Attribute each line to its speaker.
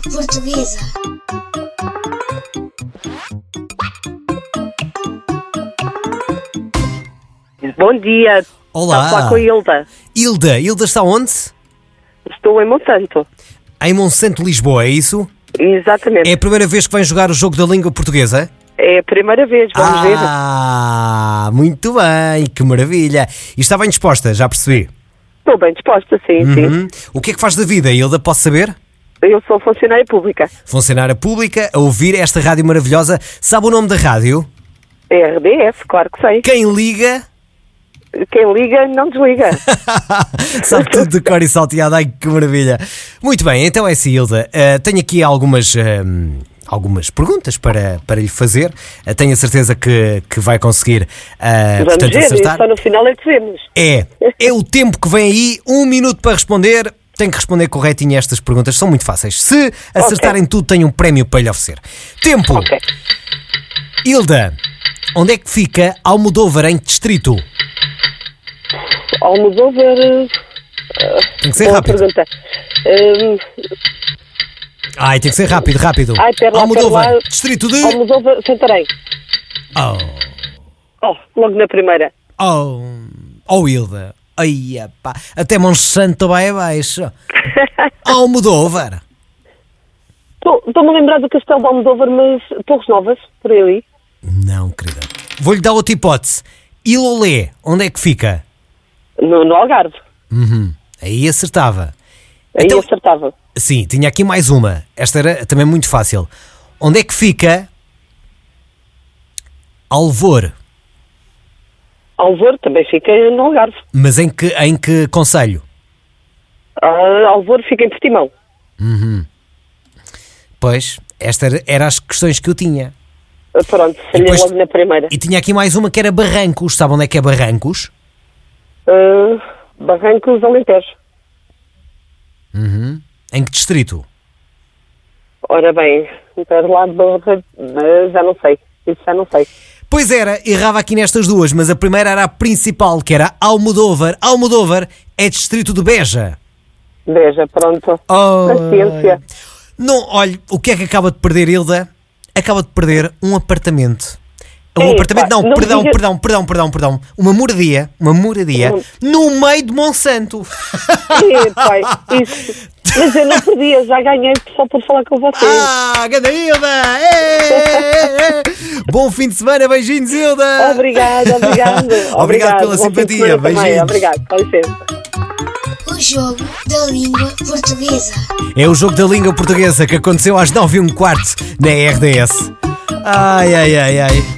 Speaker 1: portuguesa.
Speaker 2: Bom dia. Está a falar
Speaker 3: Olá.
Speaker 2: com a Hilda.
Speaker 3: Hilda, Hilda está onde?
Speaker 2: Estou em Monsanto.
Speaker 3: Em Monsanto, Lisboa, é isso? É
Speaker 2: Exatamente.
Speaker 3: a primeira vez que vem jogar o jogo da língua portuguesa?
Speaker 2: É, a primeira vez, vamos ver.
Speaker 3: ah, muito bem, que maravilha. E está bem disposta, já percebi.
Speaker 2: Estou bem disposta, sim, sim.
Speaker 3: Hum? O que é que faz da vida, Hilda? Posso saber?
Speaker 2: Eu sou funcionária pública.
Speaker 3: Funcionária pública, a ouvir esta rádio maravilhosa. Sabe o nome da rádio?
Speaker 2: É RDS, claro que sei.
Speaker 3: Quem liga
Speaker 2: Quem liga, não desliga.
Speaker 3: É, Sabe tudo de cor e salteado, ai que maravilha. Muito bem, então é assim, Hilda. Ah, tenho aqui algumas, ahm, algumas perguntas para, para lhe fazer. Ah, tenho a certeza que, que vai conseguir ah,
Speaker 2: Vamos
Speaker 3: portanto,
Speaker 2: ver, e
Speaker 3: acertar.
Speaker 2: só no final é que vemos.
Speaker 3: É, é o tempo que vem aí, um minuto para responder. Tem que responder corretinho a estas perguntas, são muito fáceis. Se acertarem tudo, tenho um prémio para lhe oferecer. Tempo!
Speaker 2: Ok.
Speaker 3: Hilda, onde é que fica Almodóvar em que distrito?
Speaker 2: Almodóvar, eh,
Speaker 3: Tem que ser
Speaker 2: boa
Speaker 3: rápido.
Speaker 2: pergunta. Hum,
Speaker 3: Ai, tem que ser rápido, rápido.
Speaker 2: Ai, pera lá,
Speaker 3: Almodóvar,
Speaker 2: pera lá.
Speaker 3: distrito de.
Speaker 2: Almodóvar, Santarém.
Speaker 3: Oh,
Speaker 2: Oh, logo na primeira.
Speaker 3: oh, oh, Hilda. Ai, pá. Até Monsanto vai abaixo. Oh, Almodóvar.
Speaker 2: Estou- Estou-me a lembrar do Castelo de Almodóvar, mas Torres Novas, por ali.
Speaker 3: Não, querida. Vou-lhe dar outra hipótese. Ilolé, onde é que fica?
Speaker 2: No, no Algarve.
Speaker 3: Uhum. Aí acertava.
Speaker 2: Aí
Speaker 3: Então-
Speaker 2: acertava.
Speaker 3: Sim, tinha aqui mais uma. Esta era também muito fácil. Onde é que fica Alvor?
Speaker 2: Alvor também fica no Algarve.
Speaker 3: Mas em que, em que conselho?
Speaker 2: Ah, Alvor fica em Portimão.
Speaker 3: Pois, esta era, era as questões que eu tinha.
Speaker 2: Ah, Pronto, falhei
Speaker 3: depois-
Speaker 2: logo na primeira.
Speaker 3: E tinha aqui mais uma que era Barrancos. Sabe onde é que é Barrancos?
Speaker 2: Ah, Barrancos Alentejo.
Speaker 3: Em que distrito?
Speaker 2: Ora bem, para lá de Barra, mas já não sei. Isso já não sei.
Speaker 3: Pois era, errava aqui nestas duas, mas a primeira era a principal, que era Almodóvar. Almodóvar é distrito de Beja.
Speaker 2: Veja, pronto. Oh. Paciência.
Speaker 3: Não, olha, o que é que acaba de perder, Hilda? Acaba de perder um apartamento. Um
Speaker 2: Ei,
Speaker 3: apartamento,
Speaker 2: pá,
Speaker 3: não,
Speaker 2: não
Speaker 3: perdão,
Speaker 2: diga-
Speaker 3: perdão, perdão, perdão, perdão. Uma moradia, uma moradia
Speaker 2: Hum.
Speaker 3: no meio de Monsanto.
Speaker 2: Ih, pai, isso. Mas eu não podia, já ganhei só por falar com vocês.
Speaker 3: Ah, ganda Hilda! Ê, ê, ê. Bom fim de semana, beijinhos, Hilda!
Speaker 2: Obrigada, obrigado.
Speaker 3: Ah. Obrigado pela
Speaker 2: Bom fim de
Speaker 3: simpatia,
Speaker 2: semana também,
Speaker 3: beijinhos.
Speaker 2: Obrigado, com licença.
Speaker 1: O jogo da língua portuguesa.
Speaker 3: É o jogo da língua um portuguesa que aconteceu às 9 h 15 na RDS. Ai, ai, ai, ai.